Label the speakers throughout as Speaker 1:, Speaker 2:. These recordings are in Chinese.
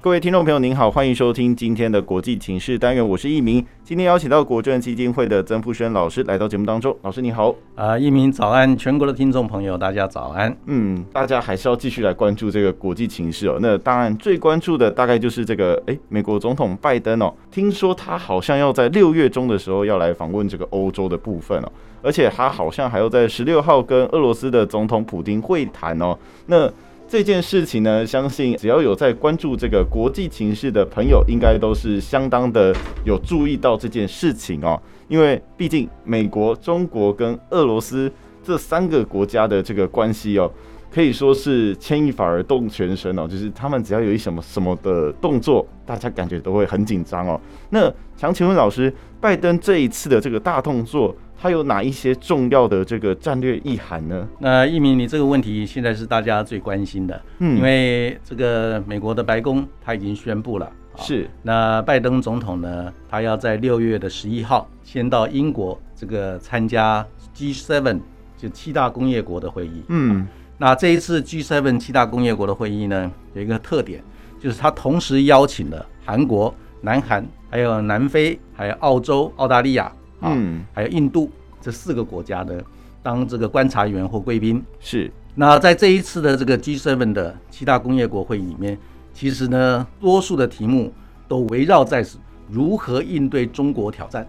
Speaker 1: 各位听众朋友，您好，欢迎收听今天的国际情势单元，我是一鸣。今天邀请到国政基金会的曾富生老师来到节目当中，老师你好。
Speaker 2: 啊，一鸣早安，全国的听众朋友，大家早安。
Speaker 1: 嗯，大家还是要继续来关注这个国际情势哦。那当然，最关注的大概就是这个，诶，美国总统拜登哦，听说他好像要在六月中的时候要来访问这个欧洲的部分哦，而且他好像还要在十六号跟俄罗斯的总统普京会谈哦。那这件事情呢，相信只要有在关注这个国际情势的朋友，应该都是相当的有注意到这件事情哦。因为毕竟美国、中国跟俄罗斯这三个国家的这个关系哦，可以说是牵一发而动全身哦，就是他们只要有一什么什么的动作，大家感觉都会很紧张哦。那想请问老师，拜登这一次的这个大动作，它有哪一些重要的这个战略意涵呢？
Speaker 2: 那一鸣，你这个问题现在是大家最关心的，
Speaker 1: 嗯
Speaker 2: 因为这个美国的白宫他已经宣布了，啊
Speaker 1: 是
Speaker 2: 那拜登总统呢，他要在六月的十一号先到英国这个参加 G7 就七大工业国的会议。
Speaker 1: 嗯，
Speaker 2: 那这一次 G7 七大工业国的会议呢，有一个特点，就是它同时邀请了韩国、南韩、还有南非、还有澳洲、澳大利亚啊，
Speaker 1: 嗯
Speaker 2: 还有印度这四个国家的当这个观察员或贵宾。
Speaker 1: 是。
Speaker 2: 那在这一次的这个 G7 的七大工业国会议里面，其实呢，多数的题目都围绕在如何应对中国挑战。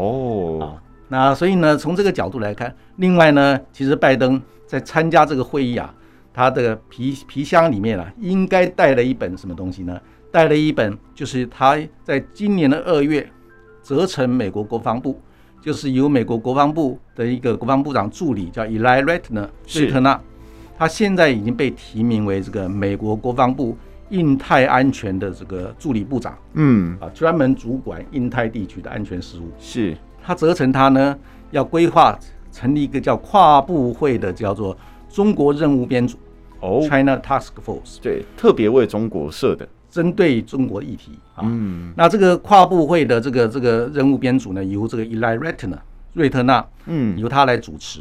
Speaker 1: 哦
Speaker 2: 啊，。那所以呢，从这个角度来看，另外呢，其实拜登在参加这个会议啊，他的皮皮箱里面啊，应该带了一本什么东西呢？带了一本，就是他在今年的二月责成美国国防部，就是由美国国防部的一个国防部长助理叫 Eli Ratner
Speaker 1: 是
Speaker 2: 瑞特纳，他现在已经被提名为这个美国国防部印太安全的这个助理部长
Speaker 1: 嗯，
Speaker 2: 啊，专门主管印太地区的安全事务。
Speaker 1: 是，
Speaker 2: 他责成他呢要规划成立一个叫跨部会的叫做中国任务编组
Speaker 1: 哦
Speaker 2: （China Task Force），
Speaker 1: 对，特别为中国设的，
Speaker 2: 针对中国议题啊。
Speaker 1: 嗯
Speaker 2: 那这个跨部会的这个这个任务编组呢，由这个 Eli Ratner 瑞特纳
Speaker 1: 嗯，
Speaker 2: 由他来主持，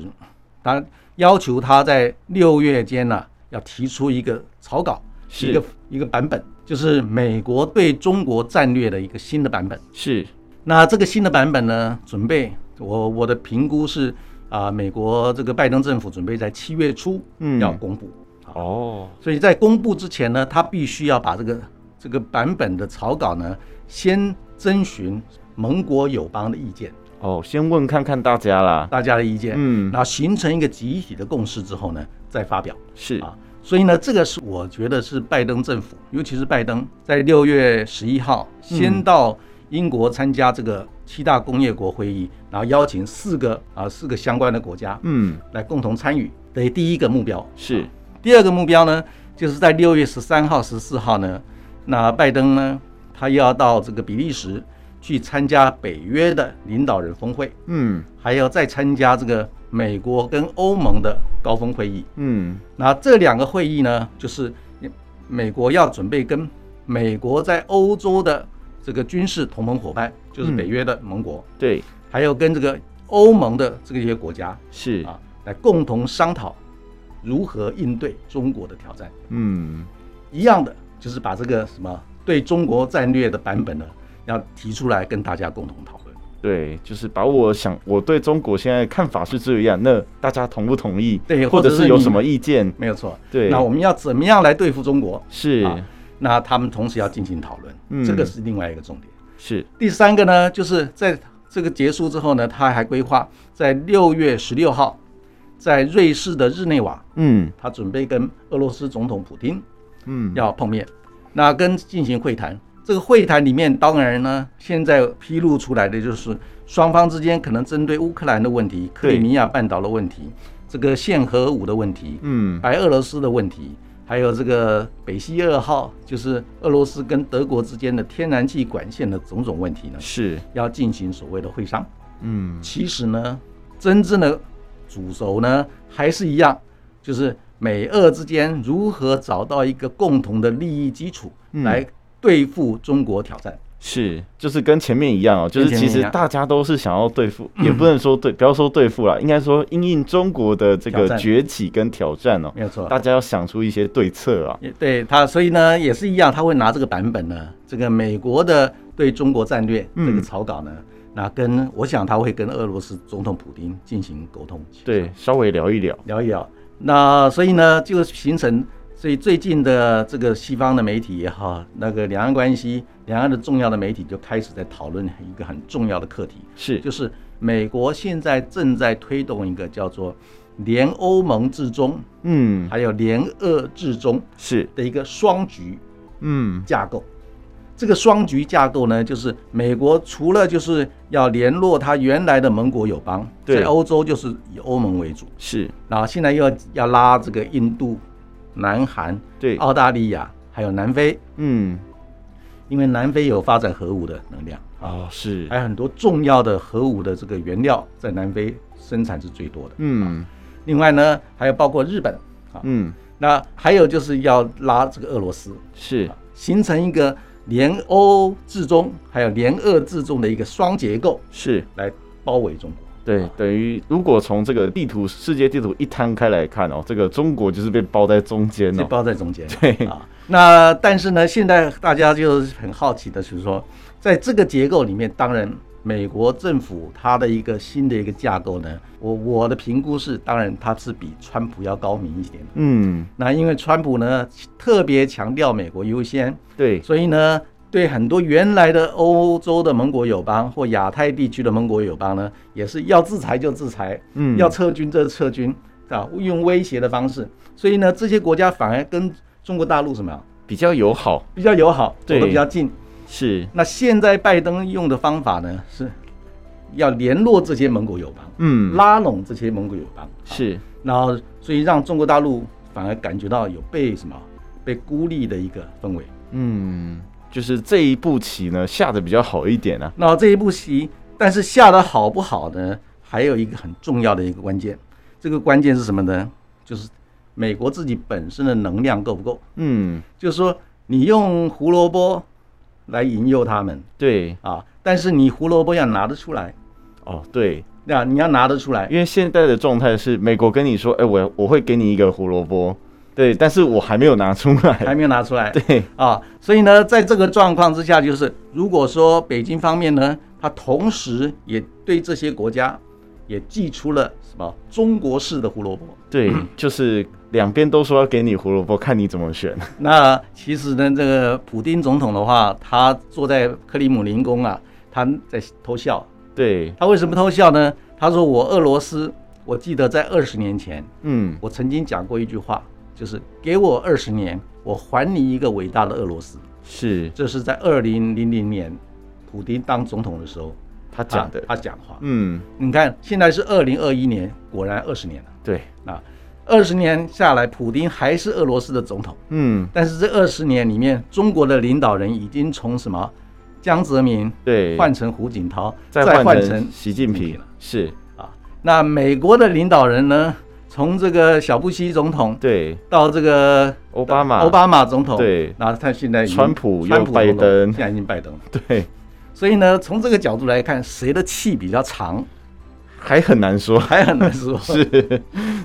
Speaker 2: 他要求他在六月间呢、要提出一个草稿，
Speaker 1: 是
Speaker 2: 一个一个版本，就是美国对中国战略的一个新的版本。
Speaker 1: 是，
Speaker 2: 那这个新的版本呢，准备我我的评估是啊、美国这个拜登政府准备在七月初
Speaker 1: 嗯
Speaker 2: 要公布，
Speaker 1: 哦，
Speaker 2: 所以在公布之前呢，他必须要把这个这个版本的草稿呢，先征询盟国友邦的意见，
Speaker 1: 哦，先问看看大家啦，
Speaker 2: 大家的意见，
Speaker 1: 嗯，
Speaker 2: 那形成一个集体的共识之后呢，再发表。
Speaker 1: 是，
Speaker 2: 啊。所以呢，这个是我觉得是拜登政府，尤其是拜登在六月十一号先到英国参加这个七大工业国会议，然后邀请四个啊四个相关的国家
Speaker 1: 嗯，
Speaker 2: 来共同参与的第一个目标。
Speaker 1: 是，
Speaker 2: 第二个目标呢，就是在六月十三号、十四号呢，那拜登呢，他要到这个比利时去参加北约的领导人峰会，
Speaker 1: 嗯
Speaker 2: 还要再参加这个美国跟欧盟的高峰会议。
Speaker 1: 嗯，
Speaker 2: 那这两个会议呢，就是美国要准备跟美国在欧洲的这个军事同盟伙伴，就是
Speaker 1: 嗯
Speaker 2: 北约的盟国，
Speaker 1: 对，
Speaker 2: 还有跟这个欧盟的这个一些国家
Speaker 1: 是，
Speaker 2: 啊，来共同商讨如何应对中国的挑战。
Speaker 1: 嗯，
Speaker 2: 一样的，就是把这个什么对中国战略的版本呢，要提出来跟大家共同讨论。
Speaker 1: 对，就是把我想我对中国现在看法是这样，那大家同不同意？
Speaker 2: 对
Speaker 1: 或
Speaker 2: 或
Speaker 1: 者
Speaker 2: 者
Speaker 1: 是
Speaker 2: 是
Speaker 1: 有
Speaker 2: 你
Speaker 1: 什么意见？
Speaker 2: 没有错，
Speaker 1: 对
Speaker 2: 那我们要怎么样来对付中国？
Speaker 1: 是
Speaker 2: 啊那他们同时要进行讨论，
Speaker 1: 嗯
Speaker 2: 这个是另外一个重点。
Speaker 1: 是，
Speaker 2: 第三个呢，就是在这个结束之后呢，他还规划在六月十六号，在瑞士的日内瓦，
Speaker 1: 嗯
Speaker 2: 他准备跟俄罗斯总统普京
Speaker 1: 嗯，
Speaker 2: 要碰面，那跟进行会谈。这个会谈里面，当然呢，现在披露出来的就是双方之间可能针对乌克兰的问题、克里米亚半岛的问题、这个限核武的问题、
Speaker 1: 嗯
Speaker 2: 白俄罗斯的问题，还有这个北溪二号，就是俄罗斯跟德国之间的天然气管线的种种问题呢，
Speaker 1: 是，
Speaker 2: 要进行所谓的会商。
Speaker 1: 嗯，
Speaker 2: 其实呢，真正的主轴呢还是一样，就是美俄之间如何找到一个共同的利益基础
Speaker 1: 嗯
Speaker 2: 来对付中国挑战。
Speaker 1: 是，就是跟前面一样哦，就是
Speaker 2: 跟
Speaker 1: 其
Speaker 2: 前面一
Speaker 1: 实
Speaker 2: 样嗯
Speaker 1: 大家都是想要对付，也不能说对，不要说对付啦，应该说因应中国的这
Speaker 2: 挑
Speaker 1: 个
Speaker 2: 战
Speaker 1: 崛起跟挑战哦，
Speaker 2: 没有错，
Speaker 1: 大家要想出一些对策啊。
Speaker 2: 也对他，所以呢也是一样，他会拿这个版本呢，这个美国的对中国战略
Speaker 1: 嗯
Speaker 2: 这个草稿呢，那跟我想他会跟俄罗斯总统普京进行沟通，
Speaker 1: 对，稍微聊一聊。
Speaker 2: 聊一聊。那所以呢，就形成所以最近的这个西方的媒体也好，那个两岸关系、两岸的重要的媒体就开始在讨论一个很重要的课题，
Speaker 1: 是，
Speaker 2: 就是美国现在正在推动一个叫做联欧盟至中，
Speaker 1: 嗯，
Speaker 2: 还有联俄至中
Speaker 1: 是，
Speaker 2: 的一个双局
Speaker 1: 嗯，
Speaker 2: 架构。这个双局架构呢，就是美国除了就是要联络它原来的盟国友邦，
Speaker 1: 对
Speaker 2: 在欧洲就是以欧盟为主，
Speaker 1: 是，
Speaker 2: 然后现在又要要拉这个印度、南韩、
Speaker 1: 对，
Speaker 2: 澳大利亚还有南非，
Speaker 1: 嗯，
Speaker 2: 因为南非有发展核武的能量啊，
Speaker 1: 哦，是
Speaker 2: 还，有很多重要的核武的这个原料在南非生产是最多的。
Speaker 1: 嗯，
Speaker 2: 另外呢，还有包括日本啊，
Speaker 1: 嗯，
Speaker 2: 那还有就是要拉这个俄罗斯，
Speaker 1: 是，
Speaker 2: 形成一个联欧至中还有联俄至中的一个双结构
Speaker 1: 是，
Speaker 2: 来包围中国。
Speaker 1: 对，等于如果从这个地图、世界地图一摊开来看哦，这个中国就是被包在中间
Speaker 2: 是
Speaker 1: 哦。
Speaker 2: 包在中间。
Speaker 1: 对
Speaker 2: 啊，那但是呢，现在大家就是很好奇的是说，在这个结构里面，当然美国政府它的一个新的一个架构呢，我我的评估是，当然它是比川普要高明一点。
Speaker 1: 嗯，
Speaker 2: 那因为川普呢特别强调美国优先，
Speaker 1: 对，
Speaker 2: 所以呢。对很多原来的欧洲的盟国友邦或亚太地区的盟国友邦呢，也是要制裁就制裁，
Speaker 1: 嗯，
Speaker 2: 要撤军这撤军啊，用威胁的方式。所以呢，这些国家反而跟中国大陆什么呀
Speaker 1: 比较友好，
Speaker 2: 比较友好，走
Speaker 1: 对
Speaker 2: 得比较近。
Speaker 1: 是，
Speaker 2: 那现在拜登用的方法呢，是要联络这些盟国友邦，
Speaker 1: 嗯，
Speaker 2: 拉拢这些盟国友邦，
Speaker 1: 是，
Speaker 2: 然后所以让中国大陆反而感觉到有被什么被孤立的一个氛围。
Speaker 1: 嗯，就是这一步棋呢下的比较好一点啊。
Speaker 2: 那这一步棋，但是下的好不好呢？还有一个很重要的一个关键，这个关键是什么呢？就是美国自己本身的能量够不够。
Speaker 1: 嗯，
Speaker 2: 就是说你用胡萝卜来引诱他们
Speaker 1: 对，
Speaker 2: 啊，但是你胡萝卜要拿得出来，
Speaker 1: 哦，对，
Speaker 2: 那你要拿得出来，
Speaker 1: 因为现在的状态是美国跟你说，哎、我我会给你一个胡萝卜，对，但是我还没有拿出
Speaker 2: 还
Speaker 1: 来。
Speaker 2: 没有拿出来
Speaker 1: 对，
Speaker 2: 啊，所以呢，在这个状况之下，就是如果说北京方面呢，它同时也对这些国家也寄出了什么中国式的胡萝卜，
Speaker 1: 对，就是两边都说要给你胡萝卜，看你怎么选。
Speaker 2: 那其实呢，这个普丁总统的话，他坐在克里姆林宫啊，他在偷笑。
Speaker 1: 对，
Speaker 2: 他为什么偷笑呢？他说：“我俄罗斯，我记得在二十年前，
Speaker 1: 嗯，
Speaker 2: 我曾经讲过一句话，就是给我二十年，我还你一个伟大的俄罗斯。
Speaker 1: 是
Speaker 2: 这是在二零零零年，普丁当总统的时候
Speaker 1: 他
Speaker 2: 他
Speaker 1: 讲的。
Speaker 2: 他讲话。
Speaker 1: 嗯，
Speaker 2: 你看，现在是二零二一年，果然二十年了。
Speaker 1: 对，
Speaker 2: 啊，二十年下来，普丁还是俄罗斯的总统，
Speaker 1: 嗯，
Speaker 2: 但是这二十年里面，中国的领导人已经从什么江泽民
Speaker 1: 对，
Speaker 2: 换成胡锦涛，
Speaker 1: 再
Speaker 2: 换
Speaker 1: 换
Speaker 2: 成
Speaker 1: 成习近
Speaker 2: 习近
Speaker 1: 平
Speaker 2: 平，
Speaker 1: 是
Speaker 2: 啊。那美国的领导人呢，从这个小布希总统
Speaker 1: 对，
Speaker 2: 到这个
Speaker 1: 奥巴马，
Speaker 2: 奥巴马总统，
Speaker 1: 对
Speaker 2: 那他现在已经
Speaker 1: 川普又
Speaker 2: 川普总统
Speaker 1: 拜登
Speaker 2: 现在已经拜登了。
Speaker 1: 对，
Speaker 2: 所以呢，从这个角度来看，谁的气比较长，
Speaker 1: 还很难说。
Speaker 2: 还很难说。 是，
Speaker 1: 是，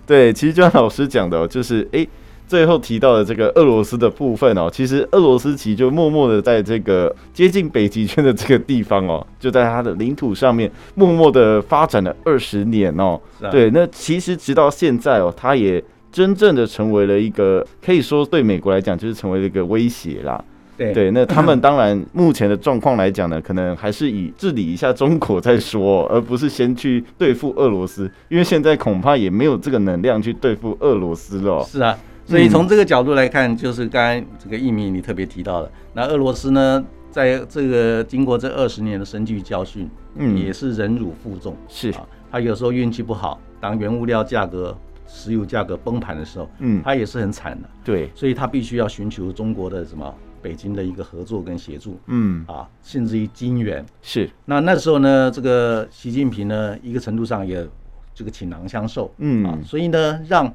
Speaker 1: 对，其实就像老师讲的、哦，就是诶，最后提到的这个俄罗斯的部分哦，其实俄罗斯其实就默默的在这个接近北极圈的这个地方哦，就在它的领土上面默默的发展了二十年哦。
Speaker 2: 是啊
Speaker 1: 对，那其实直到现在哦，它也真正的成为了一个，可以说对美国来讲就是成为了一个威胁啦。
Speaker 2: 对
Speaker 1: 对，那他 们当然目前的状况来讲呢，可能还是以治理一下中国再说 哦、而不是先去对付俄罗斯，因为现在恐怕也没有这个能量去对付俄罗斯了哦。
Speaker 2: 是啊。所以从这个角度来看，就是刚才这个一米你特别提到的，那俄罗斯呢，在这个经过这二十年的深具教训，
Speaker 1: 嗯
Speaker 2: 也是忍辱负重。
Speaker 1: 是
Speaker 2: 啊，他有时候运气不好，当原物料价格、石油价格崩盘的时候，
Speaker 1: 嗯
Speaker 2: 他也是很惨的。
Speaker 1: 对，
Speaker 2: 所以他必须要寻求中国的什么北京的一个合作跟协助
Speaker 1: 嗯，
Speaker 2: 啊，甚至于金援。
Speaker 1: 是，
Speaker 2: 那那时候呢，这个习近平呢，一个程度上也这个倾囊相授，
Speaker 1: 嗯
Speaker 2: 啊，所以呢，让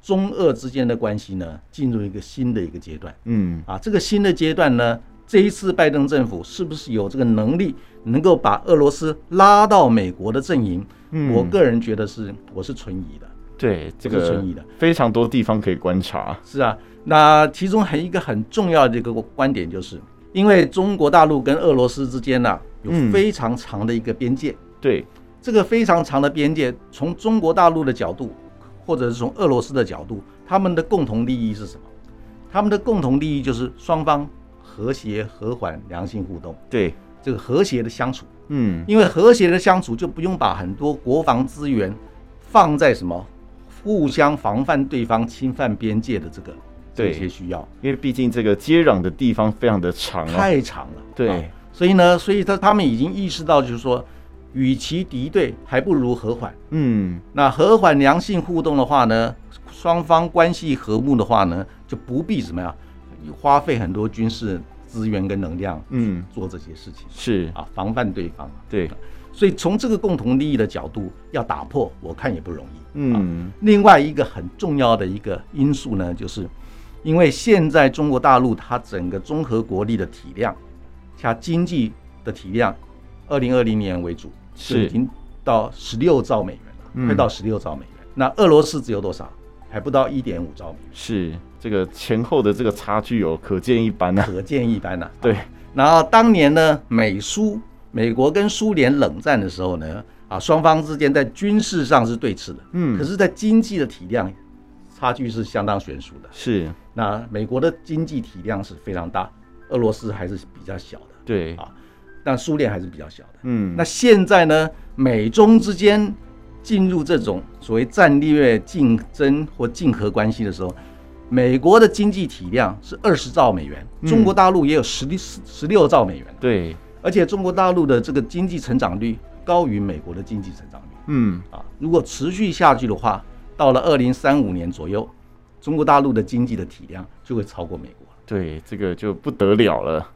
Speaker 2: 中俄之间的关系呢进入一个新的一个阶段
Speaker 1: 嗯
Speaker 2: 啊。这个新的阶段呢，这一次拜登政府是不是有这个能力能够把俄罗斯拉到美国的阵营？
Speaker 1: 嗯
Speaker 2: 我个人觉得是我是存疑的。
Speaker 1: 对，这
Speaker 2: 这是
Speaker 1: 个
Speaker 2: 存疑的
Speaker 1: 非常多地方可以观察。
Speaker 2: 是啊，那其中还有一个很重要的一个观点就是，因为中国大陆跟俄罗斯之间呢、有
Speaker 1: 嗯
Speaker 2: 非常长的一个边界。
Speaker 1: 对，
Speaker 2: 这个非常长的边界，从中国大陆的角度，或者是从俄罗斯的角度，他们的共同利益是什么？他们的共同利益就是双方和谐、和缓、良性互动，
Speaker 1: 对，
Speaker 2: 这个和谐的相处。
Speaker 1: 嗯
Speaker 2: 因为和谐的相处，就不用把很多国防资源放在什么互相防范对方侵犯边界的这个
Speaker 1: 对
Speaker 2: 这些需要，
Speaker 1: 因为毕竟这个接壤的地方非常的长啊。
Speaker 2: 太长了。
Speaker 1: 对
Speaker 2: 啊所以呢，所以他他们已经意识到，就是说，与其敌对，还不如和缓。
Speaker 1: 嗯，
Speaker 2: 那和缓良性互动的话呢，双方关系和睦的话呢，就不必怎么样花费很多军事资源跟能量，
Speaker 1: 嗯，
Speaker 2: 做这些事情
Speaker 1: 是，
Speaker 2: 啊，防范对方。
Speaker 1: 对，
Speaker 2: 所以从这个共同利益的角度要打破，我看也不容易。
Speaker 1: 嗯
Speaker 2: 另外一个很重要的一个因素呢，就是因为现在中国大陆它整个综合国力的体量，它经济的体量，二零二零年为主
Speaker 1: 是
Speaker 2: 就已经到十六兆美元了，
Speaker 1: 嗯
Speaker 2: 快到十六兆美元。那俄罗斯只有多少？还不到一点五兆美元，
Speaker 1: 是，这个前后的这个差距有可见一斑啊。
Speaker 2: 可见一斑呐、
Speaker 1: 对，
Speaker 2: 然后当年呢，美苏美国跟苏联冷战的时候呢，啊，双方之间在军事上是对峙的，
Speaker 1: 嗯
Speaker 2: 可是，在经济的体量差距是相当悬殊的。
Speaker 1: 是，
Speaker 2: 那美国的经济体量是非常大，俄罗斯还是比较小的，
Speaker 1: 对，
Speaker 2: 啊但苏联还是比较小的。
Speaker 1: 嗯，
Speaker 2: 那现在呢，美中之间进入这种所谓战略竞争或竞合关系的时候，美国的经济体量是二十兆美元，
Speaker 1: 嗯
Speaker 2: 中国大陆也有十十六兆美元，
Speaker 1: 对，
Speaker 2: 而且中国大陆的这个经济成长率高于美国的经济成长率
Speaker 1: 嗯，
Speaker 2: 啊。如果持续下去的话，到了二零三五年左右，中国大陆的经济的体量就会超过美国了。
Speaker 1: 对，这个就不得了了。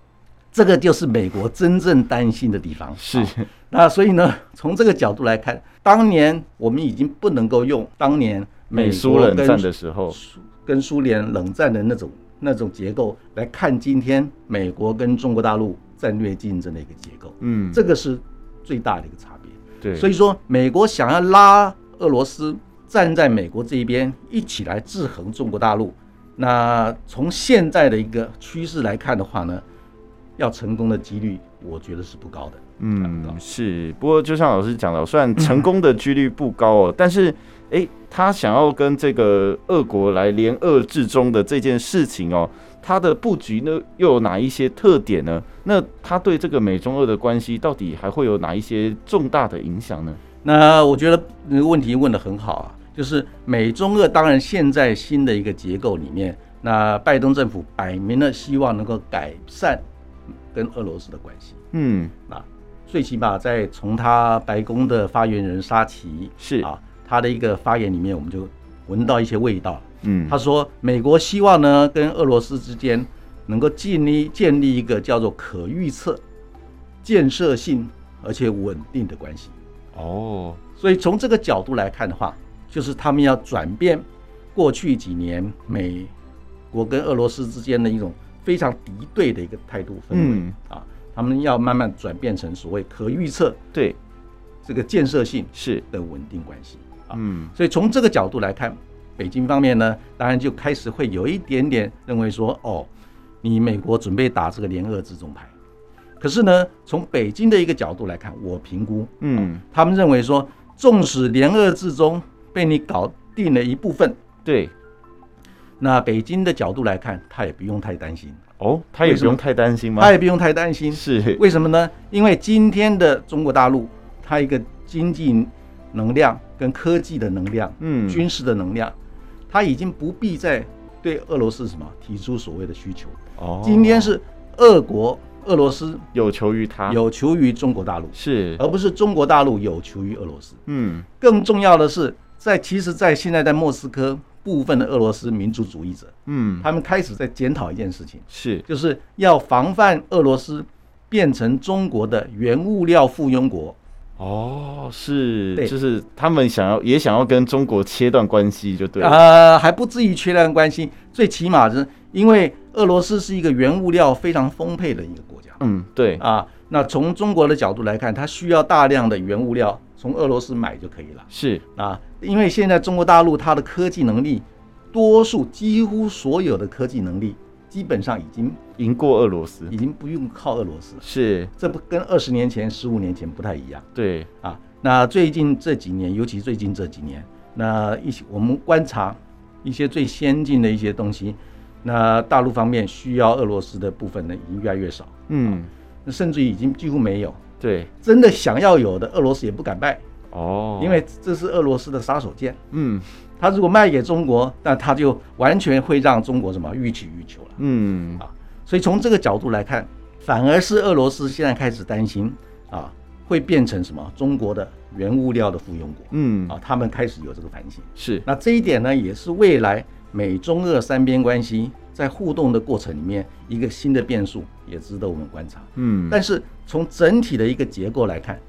Speaker 2: 这个就是美国真正担心的地方。
Speaker 1: 是
Speaker 2: 啊，那所以呢，从这个角度来看，当年我们已经不能够用当年
Speaker 1: 美苏
Speaker 2: 国
Speaker 1: 冷
Speaker 2: 跟
Speaker 1: 战的时候，
Speaker 2: 苏跟苏联冷战的那种那种结构来看今天美国跟中国大陆战略竞争的一个结构，
Speaker 1: 嗯，
Speaker 2: 这个是最大的一个差别。
Speaker 1: 对，
Speaker 2: 所以说，美国想要拉俄罗斯站在美国这一边，一起来制衡中国大陆。那从现在的一个趋势来看的话呢，要成功的几率，我觉得是不高的。
Speaker 1: 嗯，是。不过就像老师讲的，虽然成功的几率不高哦，但是诶，他想要跟这个俄国来联俄制中的这件事情哦，他的布局呢又有哪一些特点呢？那他对这个美中俄的关系到底还会有哪一些重大的影响呢？
Speaker 2: 那我觉得那个问题问得很好啊，就是啊美中俄当然现在新的一个结构里面，那拜登政府摆明了希望能够改善跟俄罗斯的关系。
Speaker 1: 嗯，
Speaker 2: 啊，最起码在从他白宫的发言人沙奇
Speaker 1: 是
Speaker 2: 啊，他的一个发言里面，我们就闻到一些味道了。
Speaker 1: 嗯，
Speaker 2: 他说，美国希望呢跟俄罗斯之间能够建立建立一个叫做可预测、建设性而且稳定的关系。
Speaker 1: 哦，
Speaker 2: 所以从这个角度来看的话，就是他们要转变过去几年美国跟俄罗斯之间的一种非常敌对的一个态度氛围、
Speaker 1: 嗯
Speaker 2: 啊，他们要慢慢转变成所谓可预测、
Speaker 1: 对，
Speaker 2: 这个建设性
Speaker 1: 是，
Speaker 2: 的稳定关系啊。
Speaker 1: 嗯，
Speaker 2: 所以从这个角度来看，北京方面呢，当然就开始会有一点点认为说，哦，你美国准备打这个联俄之中牌。可是呢，从北京的一个角度来看，我评估，
Speaker 1: 嗯，
Speaker 2: 他们认为说，纵使联俄制中被你搞定了一部分，
Speaker 1: 对，
Speaker 2: 那北京的角度来看，他也不用太担心，
Speaker 1: 哦，他也
Speaker 2: 为
Speaker 1: 不
Speaker 2: 什么
Speaker 1: 用太担心吗
Speaker 2: 他？也不用太担心。
Speaker 1: 是，
Speaker 2: 为什么呢？因为今天的中国大陆，它一个经济能量跟科技的能量、
Speaker 1: 嗯，
Speaker 2: 军事的能量，它已经不必再对俄罗斯什么提出所谓的需求。
Speaker 1: 哦，
Speaker 2: 今天是俄国、俄罗斯
Speaker 1: 有求于他，
Speaker 2: 有求于中国大陆，
Speaker 1: 啊是，
Speaker 2: 而不是中国大陆有求于俄罗斯。
Speaker 1: 嗯，
Speaker 2: 更重要的是，在其实，在现在在莫斯科，部分的俄罗斯民族主义者，
Speaker 1: 嗯，
Speaker 2: 他们开始在检讨一件事情，
Speaker 1: 是
Speaker 2: 就是要防范俄罗斯变成中国的原物料附庸国。
Speaker 1: 哦，是
Speaker 2: 对
Speaker 1: 就是他们想要也想要跟中国切断关系，就对了。
Speaker 2: 呃，还不至于缺粮关系，最起码是因为俄罗斯是一个原物料非常丰沛的一个国家
Speaker 1: 嗯，对，
Speaker 2: 啊。那从中国的角度来看，它需要大量的原物料从俄罗斯买就可以了
Speaker 1: 是
Speaker 2: 啊。因为现在中国大陆它的科技能力，多数几乎所有的科技能力，基本上已经
Speaker 1: 赢过俄罗斯
Speaker 2: 已，经不用靠俄罗斯了。
Speaker 1: 是
Speaker 2: 这不跟二十年前、十五年前不太一样。
Speaker 1: 对，
Speaker 2: 啊。那最近这几年，尤其最近这几年，那一些我们观察一些最先进的一些东西，那大陆方面需要俄罗斯的部分呢，已经越来越少，
Speaker 1: 嗯，
Speaker 2: 那甚至于已经几乎没有。
Speaker 1: 对，
Speaker 2: 真的想要有的，俄罗斯也不敢卖，
Speaker 1: 哦，
Speaker 2: 因为这是俄罗斯的杀手锏。
Speaker 1: 嗯
Speaker 2: 他如果卖给中国，那他就完全会让中国什么欲取欲求了。
Speaker 1: 嗯，
Speaker 2: 啊，所以从这个角度来看，反而是俄罗斯现在开始担心啊，会变成什么中国的原物料的附庸国
Speaker 1: 嗯，
Speaker 2: 啊，他们开始有这个反省。
Speaker 1: 是
Speaker 2: 那这一点呢，也是未来美中俄三边关系在互动的过程里面一个新的变数，也值得我们观察。
Speaker 1: 嗯，
Speaker 2: 但是从整体的一个结构来看，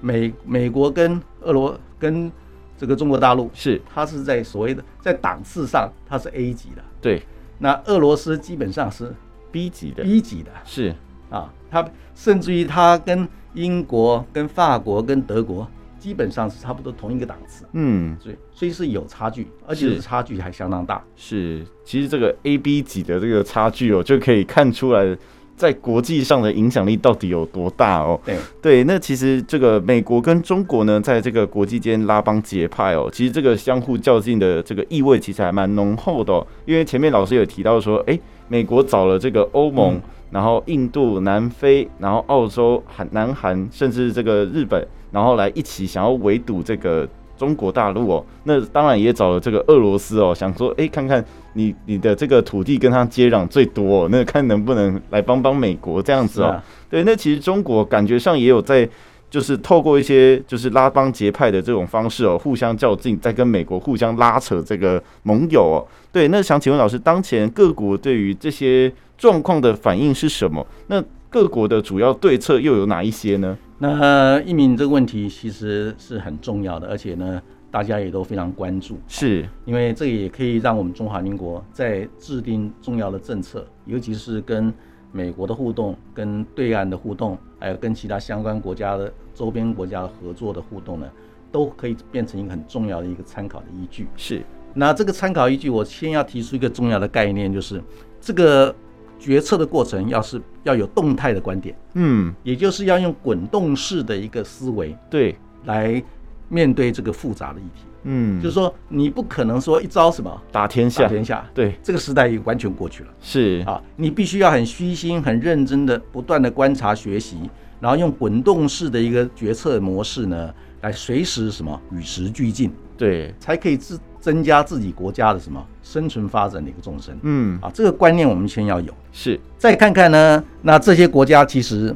Speaker 2: 美美国跟俄罗跟这个中国大陆，
Speaker 1: 是
Speaker 2: 它是在所谓的在档次上它是 A 级的，
Speaker 1: 对
Speaker 2: 那俄罗斯基本上是
Speaker 1: B 级的，
Speaker 2: B 级的
Speaker 1: 是
Speaker 2: 啊，它甚至于它跟英国、跟法国、跟德国基本上是差不多同一个档次，
Speaker 1: 嗯
Speaker 2: 所以所以是有差距，而且
Speaker 1: 是
Speaker 2: 是差距还相当大。
Speaker 1: 是，其实这个 A B 级的这个差距哦，就可以看出来在国际上的影响力到底有多大哦。
Speaker 2: 对，
Speaker 1: 对，那其实这个美国跟中国呢，在这个国际间拉帮结派哦，其实这个相互较劲的这个意味其实还蛮浓厚的、哦。因为前面老师有提到说，诶，美国找了这个欧盟，
Speaker 2: 嗯
Speaker 1: 然后印度、南非，然后澳洲、韩、南韩，甚至这个日本，然后来一起想要围堵这个。中国大陆哦，那当然也找了这个俄罗斯哦，想说，诶，看看你你的这个土地跟它接壤最多、哦，那看能不能来帮帮美国这样子哦。
Speaker 2: 吧？
Speaker 1: 对，那其实中国感觉上也有在，就是透过一些就是拉帮结派的这种方式哦，互相较劲，在跟美国互相拉扯这个盟友哦。对，那想请问老师，当前各国对于这些状况的反应是什么？那各国的主要对策又有哪一些呢？
Speaker 2: 那呃一鸣这个问题其实是很重要的，而且呢，大家也都非常关注，
Speaker 1: 是，
Speaker 2: 因为这也可以让我们中华民国在制定重要的政策，尤其是跟美国的互动、跟对岸的互动，还有跟其他相关国家的周边国家的合作的互动呢，都可以变成一个很重要的一个参考的依据。
Speaker 1: 是，
Speaker 2: 那这个参考依据，我先要提出一个重要的概念，就是这个决策的过程要是要有动态的观点，
Speaker 1: 嗯，
Speaker 2: 也就是要用滚动式的一个思维
Speaker 1: 对，
Speaker 2: 来面对这个复杂的议题。
Speaker 1: 嗯，
Speaker 2: 就是说，你不可能说一招什么
Speaker 1: 打天下，
Speaker 2: 打天下，
Speaker 1: 对，
Speaker 2: 这个时代已完全过去了
Speaker 1: 是，
Speaker 2: 啊！你必须要很虚心、很认真的不断的观察学习，然后用滚动式的一个决策模式呢，来随时什么与时俱进，
Speaker 1: 对，
Speaker 2: 才可以自增加自己国家的什么生存发展的一个纵深
Speaker 1: 嗯，
Speaker 2: 啊！这个观念我们先要有。
Speaker 1: 是，
Speaker 2: 再看看呢，那这些国家其实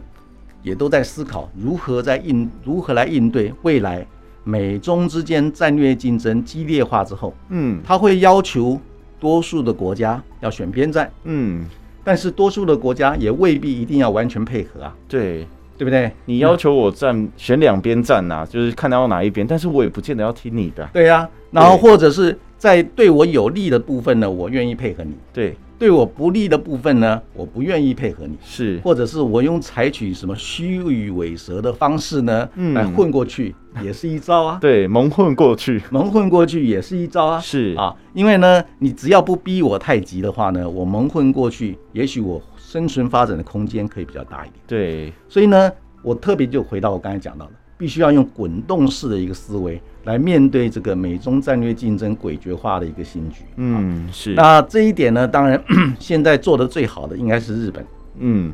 Speaker 2: 也都在思考如何在应如何来应对未来美中之间战略竞争激烈化之后，
Speaker 1: 嗯，
Speaker 2: 他会要求多数的国家要选边站，
Speaker 1: 嗯，
Speaker 2: 但是多数的国家也未必一定要完全配合啊，
Speaker 1: 对。
Speaker 2: 对不对？
Speaker 1: 你要求我站选两边站
Speaker 2: 嗯
Speaker 1: 呐、就是看到哪一边，但是我也不见得要听你的啊。
Speaker 2: 对呀、然后
Speaker 1: 对
Speaker 2: 或者是在对我有利的部分呢，我愿意配合你；
Speaker 1: 对，
Speaker 2: 对我不利的部分呢，我不愿意配合你。
Speaker 1: 是，
Speaker 2: 或者是我用采取什么虚与委蛇的方式呢，
Speaker 1: 嗯
Speaker 2: 来混过去，也是一招啊。
Speaker 1: 对，蒙混过去，
Speaker 2: 蒙混过去也是一招啊。
Speaker 1: 是
Speaker 2: 啊，因为呢，你只要不逼我太急的话呢，我蒙混过去，也许我生存发展的空间可以比较大一点。
Speaker 1: 对，
Speaker 2: 所以呢，我特别就回到我刚才讲到的，必须要用滚动式的一个思维来面对这个美中战略竞争诡谲化的一个新局。
Speaker 1: 嗯，是，
Speaker 2: 那这一点呢，当然 现在做的最好的应该是日本。
Speaker 1: 嗯，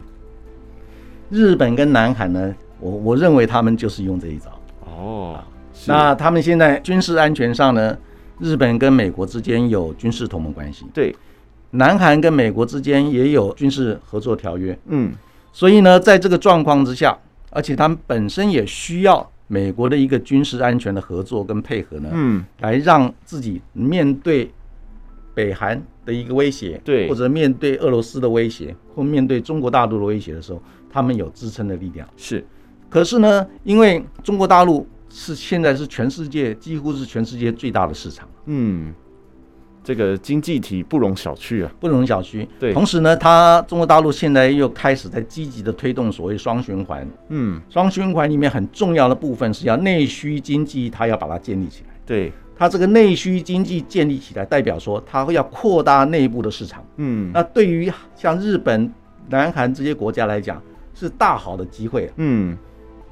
Speaker 2: 日本跟南韩呢，我我认为他们就是用这一招。
Speaker 1: 哦，是
Speaker 2: 那他们现在军事安全上呢，日本跟美国之间有军事同盟关系，
Speaker 1: 对，
Speaker 2: 南韩跟美国之间也有军事合作条约。
Speaker 1: 嗯，
Speaker 2: 所以呢，在这个状况之下，而且他们本身也需要美国的一个军事安全的合作跟配合呢，
Speaker 1: 嗯，
Speaker 2: 来让自己面对北韩的一个威胁，
Speaker 1: 对
Speaker 2: 或者面对俄罗斯的威胁，或面对中国大陆的威胁的时候，他们有支撑的力量。
Speaker 1: 是
Speaker 2: 可是呢，因为中国大陆是现在是全世界几乎是全世界最大的市场，
Speaker 1: 嗯，这个经济体不容小觑啊。
Speaker 2: 不容小觑。
Speaker 1: 对
Speaker 2: 同时呢，它中国大陆现在又开始在积极的推动所谓双循环。
Speaker 1: 嗯，
Speaker 2: 双循环里面很重要的部分是要内需经济，它要把它建立起来。
Speaker 1: 对，
Speaker 2: 它这个内需经济建立起来，代表说它会要扩大内部的市场。
Speaker 1: 嗯
Speaker 2: 那对于像日本、南韩这些国家来讲，是大好的机会，
Speaker 1: 嗯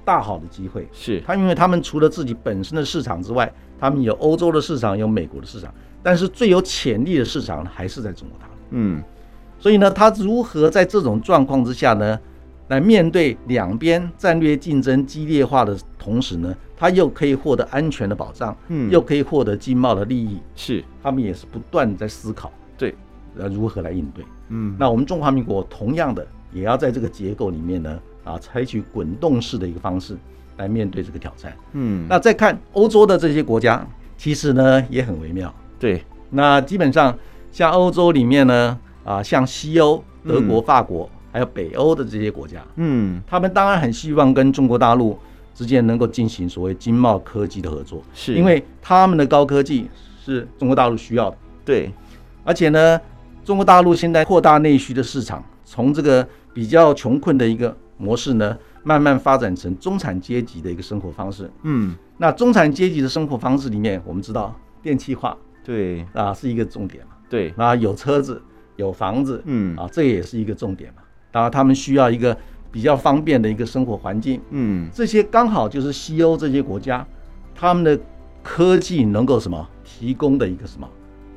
Speaker 2: 大好的机会。
Speaker 1: 是
Speaker 2: 它因为他们除了自己本身的市场之外，他们有欧洲的市场，有美国的市场，但是最有潜力的市场还是在中国大陆。
Speaker 1: 嗯
Speaker 2: 所以呢，他如何在这种状况之下呢，来面对两边战略竞争激烈化的同时呢，他又可以获得安全的保障，
Speaker 1: 嗯
Speaker 2: 又可以获得经贸的利益，
Speaker 1: 是
Speaker 2: 他们也是不断在思考，
Speaker 1: 对，
Speaker 2: 呃，如何来应对。
Speaker 1: 嗯
Speaker 2: 那我们中华民国同样的也要在这个结构里面呢，啊，采取滚动式的一个方式来面对这个挑战。
Speaker 1: 嗯
Speaker 2: 那再看欧洲的这些国家，其实呢也很微妙。
Speaker 1: 对
Speaker 2: 那基本上像欧洲里面呢，啊，像西欧、德国、
Speaker 1: 嗯
Speaker 2: 法国，还有北欧的这些国家，
Speaker 1: 嗯
Speaker 2: 他们当然很希望跟中国大陆之间能够进行所谓经贸科技的合作，
Speaker 1: 是
Speaker 2: 因为他们的高科技是中国大陆需要的，
Speaker 1: 对
Speaker 2: 而且呢，中国大陆现在扩大内需的市场，从这个比较穷困的一个模式呢，慢慢发展成中产阶级的一个生活方式。
Speaker 1: 嗯
Speaker 2: 那中产阶级的生活方式里面，我们知道电气化
Speaker 1: 对
Speaker 2: 啊是一个重点嘛。
Speaker 1: 对
Speaker 2: 那有车子，有房子，
Speaker 1: 嗯
Speaker 2: 啊，这也是一个重点嘛。当然，他们需要一个比较方便的一个生活环境。
Speaker 1: 嗯
Speaker 2: 这些刚好就是西欧这些国家，他们的科技能够什么提供的一个什么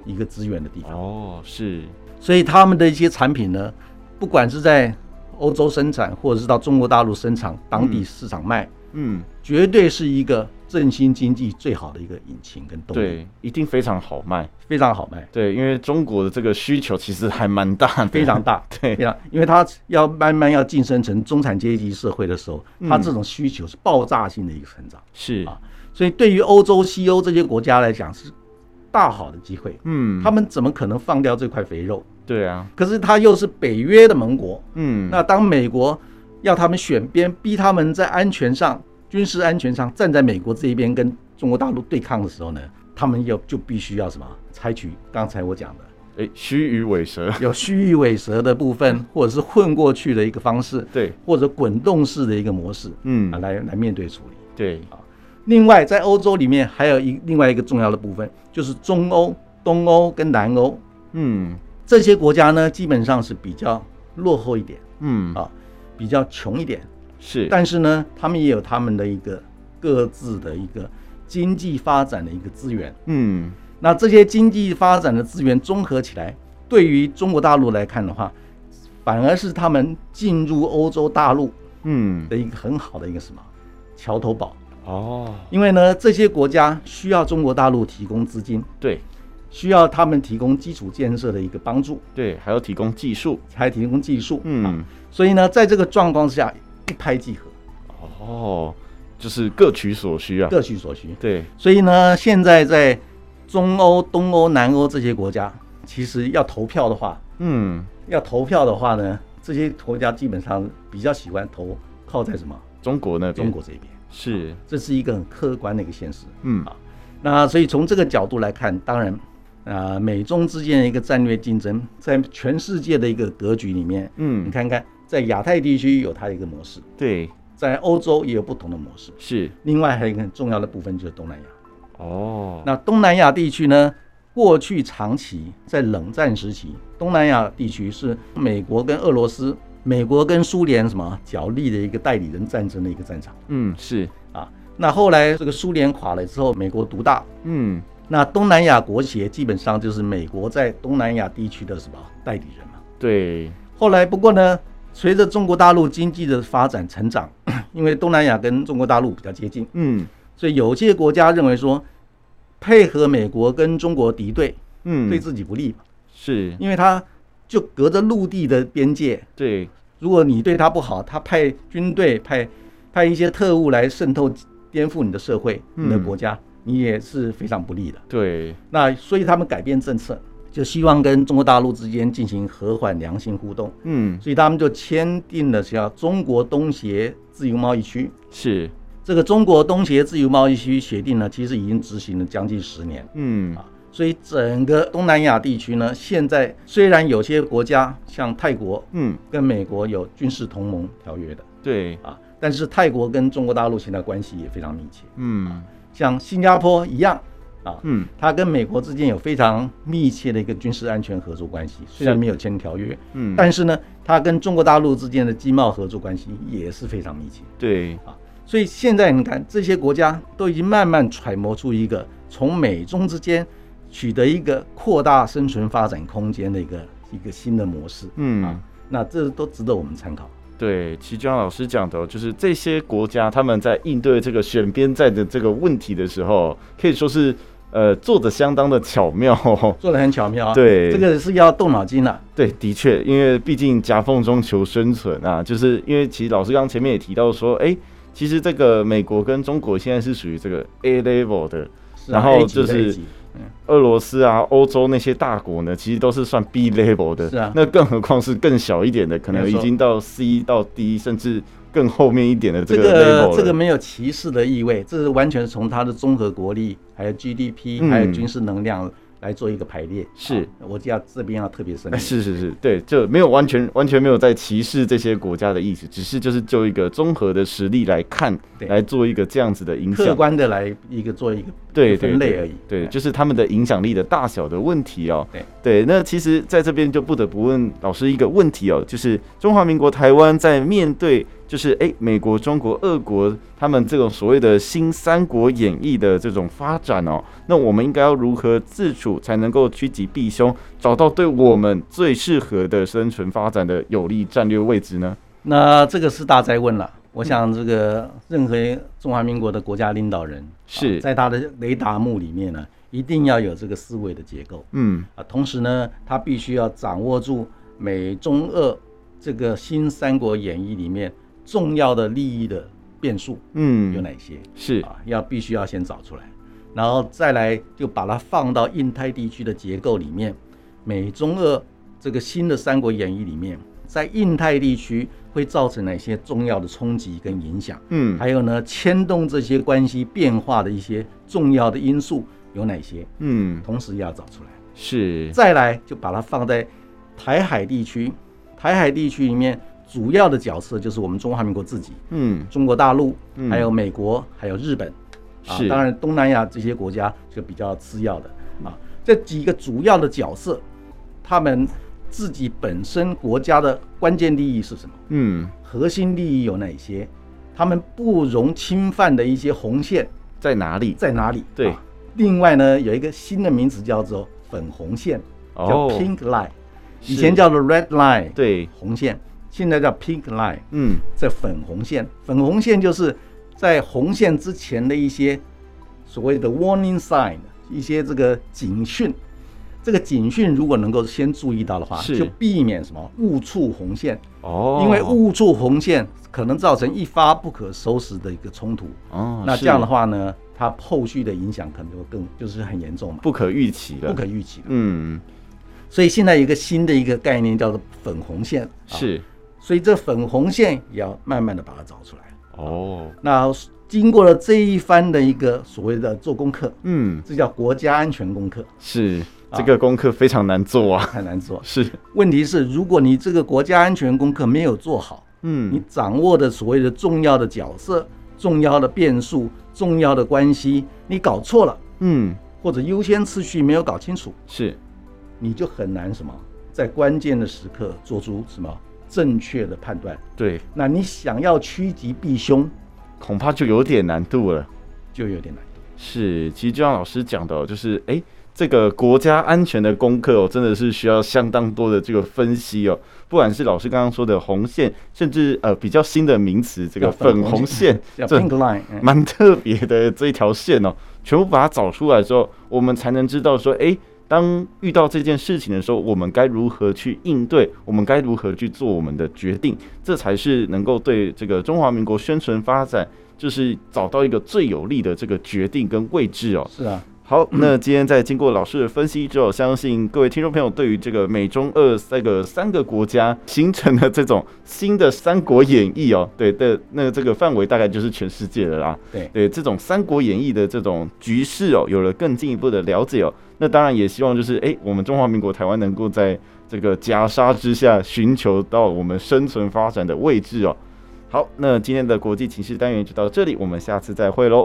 Speaker 2: 一个资源的地方，
Speaker 1: 哦是
Speaker 2: 所以他们的一些产品呢，不管是在欧洲生产，或者是到中国大陆生产，当地市场卖，
Speaker 1: 嗯
Speaker 2: 绝对是一个振兴经济最好的一个引擎跟动力，
Speaker 1: 对，一定非常好卖。
Speaker 2: 非常好卖。
Speaker 1: 对，因为中国的这个需求其实还蛮大的，，
Speaker 2: 非常大
Speaker 1: 对
Speaker 2: 非常，因为它要慢慢要晋升成中产阶级社会的时候，
Speaker 1: 嗯
Speaker 2: 它这种需求是爆炸性的一个成长，
Speaker 1: 是
Speaker 2: 啊所以对于欧洲、西欧这些国家来讲是大好的机会，
Speaker 1: 嗯，
Speaker 2: 他们怎么可能放掉这块肥肉？
Speaker 1: 对啊，
Speaker 2: 可是它又是北约的盟国，
Speaker 1: 嗯，
Speaker 2: 那当美国要他们选边，逼他们在安全上、军事安全上站在美国这一边跟中国大陆对抗的时候呢，他们要就必须要什么？采取刚才我讲的，
Speaker 1: 哎，虚与委蛇，
Speaker 2: 有虚与委蛇的部分，或者是混过去的一个方式，
Speaker 1: 对，
Speaker 2: 或者滚动式的一个模式
Speaker 1: 嗯
Speaker 2: 啊，，来来面对处理。
Speaker 1: 对，
Speaker 2: 另外，在欧洲里面还有一另外一个重要的部分，就是中欧、东欧跟南欧
Speaker 1: 嗯
Speaker 2: 这些国家呢，基本上是比较落后一点
Speaker 1: 嗯，
Speaker 2: 啊，比较穷一点，
Speaker 1: 是，
Speaker 2: 但是呢，他们也有他们的一个各自的一个经济发展的一个资源。
Speaker 1: 嗯
Speaker 2: 那这些经济发展的资源综合起来，对于中国大陆来看的话，反而是他们进入欧洲大陆
Speaker 1: 嗯，
Speaker 2: 的一个很好的一个什么桥头堡。
Speaker 1: 哦，
Speaker 2: 因为呢，这些国家需要中国大陆提供资金，
Speaker 1: 对
Speaker 2: 需要他们提供基础建设的一个帮助，
Speaker 1: 对，还要提供技术，
Speaker 2: 才提供技术。
Speaker 1: 嗯，
Speaker 2: 所以呢，在这个状况之下，一拍即合，
Speaker 1: 哦，就是各取所需啊，
Speaker 2: 啊各取所需。
Speaker 1: 对，
Speaker 2: 所以呢，现在在中欧、东欧、南欧这些国家，其实要投票的话，
Speaker 1: 嗯，
Speaker 2: 要投票的话呢，这些国家基本上比较喜欢投靠在什么
Speaker 1: 中国那边
Speaker 2: 中国啊这边，
Speaker 1: 是，
Speaker 2: 这是一个很客观的一个现实。
Speaker 1: 嗯
Speaker 2: 啊那所以从这个角度来看，当然，啊，美中之间的一个战略竞争，在全世界的一个格局里面，你
Speaker 1: 嗯，
Speaker 2: 看看，在亚太地区有它的一个模式，
Speaker 1: 对，
Speaker 2: 在欧洲也有不同的模式。
Speaker 1: 是，
Speaker 2: 另外还有一个很重要的部分就是东南亚。
Speaker 1: 哦，
Speaker 2: 那东南亚地区呢，过去长期在冷战时期，东南亚地区是美国跟俄罗斯、美国跟苏联什么角力的一个代理人战争的一个战场
Speaker 1: 嗯，是，
Speaker 2: 啊。那后来这个苏联垮了之后，美国独大，
Speaker 1: 嗯，
Speaker 2: 那东南亚国协基本上就是美国在东南亚地区的什么代理人嘛。
Speaker 1: 对，
Speaker 2: 后来不过呢，随着中国大陆经济的发展成长， 因为东南亚跟中国大陆比较接近，
Speaker 1: 嗯
Speaker 2: 所以有些国家认为说，配合美国跟中国敌对，
Speaker 1: 嗯，
Speaker 2: 对自己不利嘛，
Speaker 1: 是，
Speaker 2: 因为他就隔着陆地的边界，
Speaker 1: 对，
Speaker 2: 如果你对他不好，他派军队派派一些特务来渗透颠覆你的社会、你的
Speaker 1: 嗯
Speaker 2: 国家，你也是非常不利的。
Speaker 1: 对，
Speaker 2: 那所以他们改变政策，就希望跟中国大陆之间进行和缓良性互动，
Speaker 1: 嗯，
Speaker 2: 所以他们就签订了叫中国东协自由贸易区。
Speaker 1: 是，
Speaker 2: 这个中国东协自由贸易区协定呢，其实已经执行了将近十年。
Speaker 1: 嗯，
Speaker 2: 啊所以整个东南亚地区呢，现在虽然有些国家像泰国
Speaker 1: 嗯，
Speaker 2: 跟美国有军事同盟条约的
Speaker 1: 对，
Speaker 2: 啊，但是泰国跟中国大陆现在关系也非常密切，
Speaker 1: 嗯，
Speaker 2: 像新加坡一样啊，
Speaker 1: 嗯，
Speaker 2: 它跟美国之间有非常密切的一个军事安全合作关系，虽然没有签条约，
Speaker 1: 嗯，
Speaker 2: 但是呢，它跟中国大陆之间的经贸合作关系也是非常密切。
Speaker 1: 对，
Speaker 2: 所以现在你看，这些国家都已经慢慢揣摩出一个从美中之间取得一个扩大生存发展空间的一个一个新的模式。
Speaker 1: 嗯
Speaker 2: 啊。那这都值得我们参考。
Speaker 1: 对，其实就像老师讲的哦，就是这些国家他们在应对这个选边站的这个问题的时候，可以说是呃做的相当的巧妙哦。
Speaker 2: 做的很巧妙啊，
Speaker 1: 对
Speaker 2: 这个是要动脑筋了、
Speaker 1: 对，的确，因为毕竟夹缝中求生存啊，就是因为其实老师刚前面也提到说，哎，其实这个美国跟中国现在是属于这个 A level 的，
Speaker 2: 是啊
Speaker 1: 然后
Speaker 2: A 级的
Speaker 1: 就是
Speaker 2: A 级
Speaker 1: 俄罗斯啊、欧洲那些大国呢，其实都是算 B level 的，
Speaker 2: 是啊
Speaker 1: 那更何况是更小一点的，可能
Speaker 2: 没
Speaker 1: 已
Speaker 2: 错
Speaker 1: 经到 C 到 D，甚至更后面一点的这
Speaker 2: 这
Speaker 1: 个 level
Speaker 2: 个
Speaker 1: 了。
Speaker 2: 这个没有歧视的意味，这是完全从它的综合国力、还有 GDP、
Speaker 1: 嗯
Speaker 2: 还有军事能量来做一个排列。
Speaker 1: 是
Speaker 2: 啊我就要这边要特别声
Speaker 1: 哎
Speaker 2: 明，
Speaker 1: 是是是，对，就没有完全完全没有在歧视这些国家的意思，只是就是就一个综合的实力来看，
Speaker 2: 对
Speaker 1: 来做一个这样子的影
Speaker 2: 客
Speaker 1: 响。
Speaker 2: 观的来一个做一个
Speaker 1: 对
Speaker 2: 一个
Speaker 1: 对
Speaker 2: 分类
Speaker 1: 对
Speaker 2: 而已。
Speaker 1: 对，
Speaker 2: 哎
Speaker 1: 就是他们的影响力的大小的问题哦。
Speaker 2: 对
Speaker 1: 对，那其实在这边就不得不问老师一个问题哦，就是中华民国台湾在面对就是哎美国、中国、俄国他们这种所谓的新三国演义的这种发展哦，那我们应该要如何自处才能够趋吉避凶，找到对我们最适合的生存发展的有利战略位置呢？
Speaker 2: 那这个是大灾问
Speaker 1: 嗯
Speaker 2: 了。我想，这个任何中华民国的国家领导人
Speaker 1: 是
Speaker 2: 啊在他的雷达幕里面呢，一定要有这个思维的结构
Speaker 1: 嗯，
Speaker 2: 啊。同时呢，他必须要掌握住美中俄这个新三国演义里面重要的利益的变数
Speaker 1: 嗯
Speaker 2: 有哪些
Speaker 1: 是
Speaker 2: 啊？要必须要先找出来，然后再来就把它放到印太地区的结构里面，美中俄这个新的三国演义里面，在印太地区会造成哪些重要的冲击跟影响？
Speaker 1: 嗯
Speaker 2: 还有呢，牵动这些关系变化的一些重要的因素有哪些？
Speaker 1: 嗯
Speaker 2: 同时要找出来，
Speaker 1: 是
Speaker 2: 再来就把它放在台海地区，台海地区里面主要的角色就是我们中华民国自己，
Speaker 1: 嗯
Speaker 2: 中国大陆
Speaker 1: 嗯，
Speaker 2: 还有美国，还有日本，啊
Speaker 1: 是，
Speaker 2: 当然东南亚这些国家就比较次要的啊。这几个主要的角色，他们自己本身国家的关键利益是什么？
Speaker 1: 嗯
Speaker 2: 核心利益有哪些？他们不容侵犯的一些红线
Speaker 1: 在哪里？
Speaker 2: 在哪里？
Speaker 1: 对
Speaker 2: 啊另外呢，有一个新的名词叫做粉红线，叫
Speaker 1: 哦
Speaker 2: pink line，、以
Speaker 1: 是
Speaker 2: 前叫做 red line，
Speaker 1: 对，
Speaker 2: 红线，现在叫 pink line。
Speaker 1: 嗯
Speaker 2: 这粉红线，粉红线就是在红线之前的一些所谓的 warning sign，一些这个警讯。这个警讯如果能够先注意到的话，
Speaker 1: 是
Speaker 2: 就避免什么误触红线，
Speaker 1: 哦，
Speaker 2: 因为误触红线可能造成一发不可收拾的一个冲突。
Speaker 1: 哦，
Speaker 2: 那
Speaker 1: 是
Speaker 2: 这样的话呢，它后续的影响可能就更就是很严重嘛，
Speaker 1: 不可预期了，
Speaker 2: 不可预期的。
Speaker 1: 嗯，
Speaker 2: 所以现在有一个新的一个概念叫做粉红线，啊，
Speaker 1: 是
Speaker 2: 所以这粉红线也要慢慢的把它找出来。
Speaker 1: 哦，
Speaker 2: 那经过了这一番的一个所谓的做功课，
Speaker 1: 嗯，
Speaker 2: 这叫国家安全功课，
Speaker 1: 是
Speaker 2: 啊
Speaker 1: 这个功课非常难做啊，
Speaker 2: 很难做。
Speaker 1: 是，
Speaker 2: 问题 是，如果你这个国家安全功课没有做好，你
Speaker 1: 嗯
Speaker 2: 掌握的所谓的重要的角色、重要的变数、重要的关系，你搞错了，
Speaker 1: 嗯，
Speaker 2: 或者优先次序没有搞清楚，
Speaker 1: 是
Speaker 2: 你就很难什么在关键的时刻做出什么正确的判断。
Speaker 1: 对，
Speaker 2: 那你想要趋吉避凶，
Speaker 1: 恐怕就有点难度了。
Speaker 2: 就有点难度。
Speaker 1: 是，其实就像老师讲的哦，就是哎、诶这个国家安全的功课哦，真的是需要相当多的这个分析哦。不管是老师刚刚说的红线，甚至呃比较新的名词，这个
Speaker 2: 叫粉
Speaker 1: 粉
Speaker 2: 红
Speaker 1: 红线，
Speaker 2: 叫
Speaker 1: 这
Speaker 2: pink line，嗯
Speaker 1: 蛮特别的这一条线哦，全部把它找出来之后，我们才能知道说，诶，当遇到这件事情的时候，我们该如何去应对，我们该如何去做我们的决定，这才是能够对这个中华民国宣传发展，就是找到一个最有利的这个决定跟位置哦。
Speaker 2: 是啊，
Speaker 1: 好，那今天在经过老师的分析之后，相信各位听众朋友对于这个美中俄这个三个国家形成的这种新的三国演义哦，对的，那这个范围大概就是全世界了啦。
Speaker 2: 对
Speaker 1: 对，这种三国演义的这种局势哦，有了更进一步的了解哦。那当然也希望就是哎、诶我们中华民国台湾能够在这个夹杀之下，寻求到我们生存发展的位置哦。好，那今天的国际情势单元就到这里，我们下次再会喽。